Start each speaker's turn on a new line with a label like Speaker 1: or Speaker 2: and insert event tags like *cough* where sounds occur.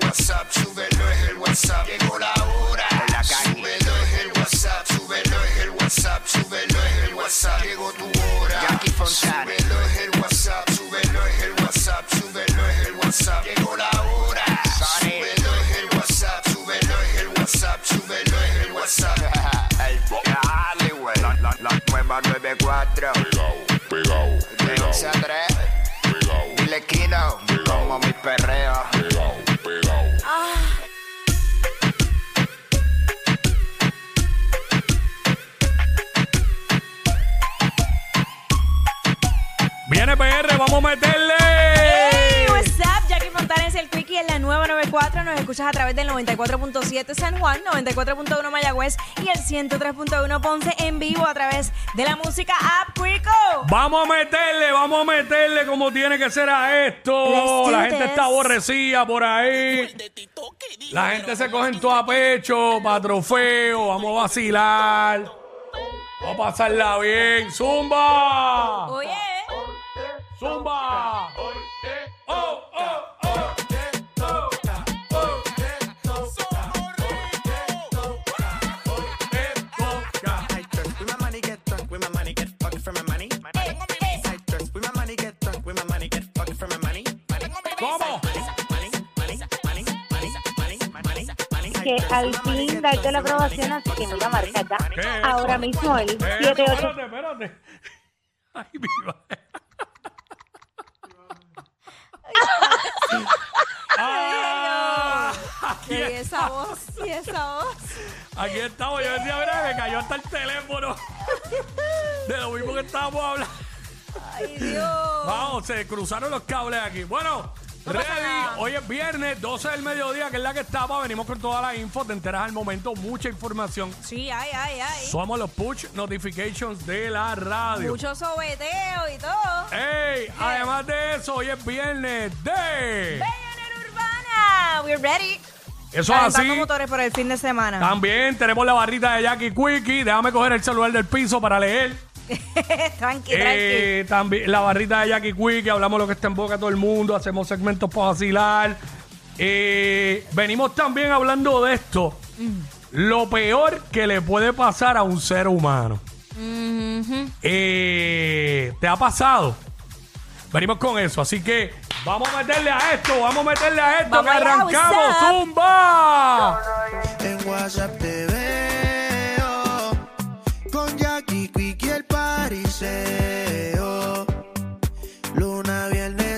Speaker 1: WhatsApp, súbelo es el WhatsApp. Llegó la hora. En la calle. Súbelo es el WhatsApp, súbelo es el WhatsApp, súbelo es el WhatsApp. Llegó tu hora. Jackie Fontana. Súbelo es el WhatsApp, súbelo es el WhatsApp, súbelo es el WhatsApp. Llegó la hora. Súbelo es el WhatsApp, súbelo es el WhatsApp, súbelo es el
Speaker 2: *laughs*
Speaker 1: WhatsApp.
Speaker 2: El dale, güey. La, la, la nueva 94.
Speaker 3: pegao, pegao,
Speaker 2: De 11 a
Speaker 3: pegao,
Speaker 2: 3.
Speaker 3: pegao,
Speaker 2: Dile Kino. Como mis perreos.
Speaker 3: pegao, pegao.
Speaker 4: Viene PR, vamos a meterle.
Speaker 5: Hey, what's up? Jackie Fontana es el Quickie en la nueva 94. Nos escuchas a través del 94.7 San Juan, 94.1 Mayagüez y el 103.1 Ponce en vivo a través de la música App Quico.
Speaker 4: Vamos a meterle, vamos a meterle como tiene que ser a esto.
Speaker 5: Let's do
Speaker 4: La gente
Speaker 5: this.
Speaker 4: está aborrecida por ahí. La gente se cogen todo a pecho para trofeo. Vamos a vacilar. Vamos a pasarla bien. ¡Zumba!
Speaker 5: Oye,
Speaker 4: ¡Zumba! ¡Oh, oh, oh! Te toca, oh, te toca, oh, te toca.
Speaker 6: I trust with my money get drunk with my money get fucked from my money. I trust with my money get drunk with my money get fucked from my money. Money,
Speaker 4: ¿Cómo?
Speaker 6: money, money, money, money, money, money, money. I
Speaker 7: que
Speaker 6: trust
Speaker 7: al
Speaker 6: with my money
Speaker 7: fin
Speaker 6: get
Speaker 7: darte la
Speaker 6: drunk with my money
Speaker 7: aprobación,
Speaker 6: get
Speaker 7: así que
Speaker 6: fucked
Speaker 7: mira,
Speaker 6: from my money.
Speaker 7: marca ya.
Speaker 4: ¿Qué?
Speaker 7: Ahora mismo el
Speaker 4: Eh,
Speaker 7: 78.
Speaker 4: espérate, espérate. Ay, viva. Ah,
Speaker 5: y esa voz, y esa voz.
Speaker 4: aquí estamos. Yo decía, mira, me cayó hasta el teléfono. De lo mismo que estábamos hablando.
Speaker 5: Ay, Dios.
Speaker 4: Vamos, se cruzaron los cables aquí. Bueno, ready. Hoy es viernes, 12 del mediodía, que es la que estaba. Venimos con toda la info. Te enteras al momento. Mucha información.
Speaker 5: Sí, ay, ay, ay.
Speaker 4: Somos los push notifications de la radio.
Speaker 5: Mucho sobeteo y todo.
Speaker 4: ¡Ey! Además de eso, hoy es viernes de.
Speaker 5: Bellonera Urbana, we're ready.
Speaker 4: Eso es
Speaker 5: Calentando
Speaker 4: así.
Speaker 5: motores por el fin de semana.
Speaker 4: También tenemos la barrita de Jackie Quickie. Déjame coger el celular del piso para leer.
Speaker 5: tranqui, tranqui.
Speaker 4: Eh, también la barrita de Jackie Quickie. Hablamos lo que está en boca a todo el mundo. Hacemos segmentos para vacilar. Eh, venimos también hablando de esto. Lo peor que le puede pasar a un ser humano. Eh, ¿Te ha pasado? Venimos con eso, así que vamos a meterle a esto, vamos a meterle a esto, que
Speaker 5: Vamos allá,
Speaker 4: arrancamos,
Speaker 5: what's up?
Speaker 4: zumba.
Speaker 8: En WhatsApp te veo con Jackie Quick y el pariseo.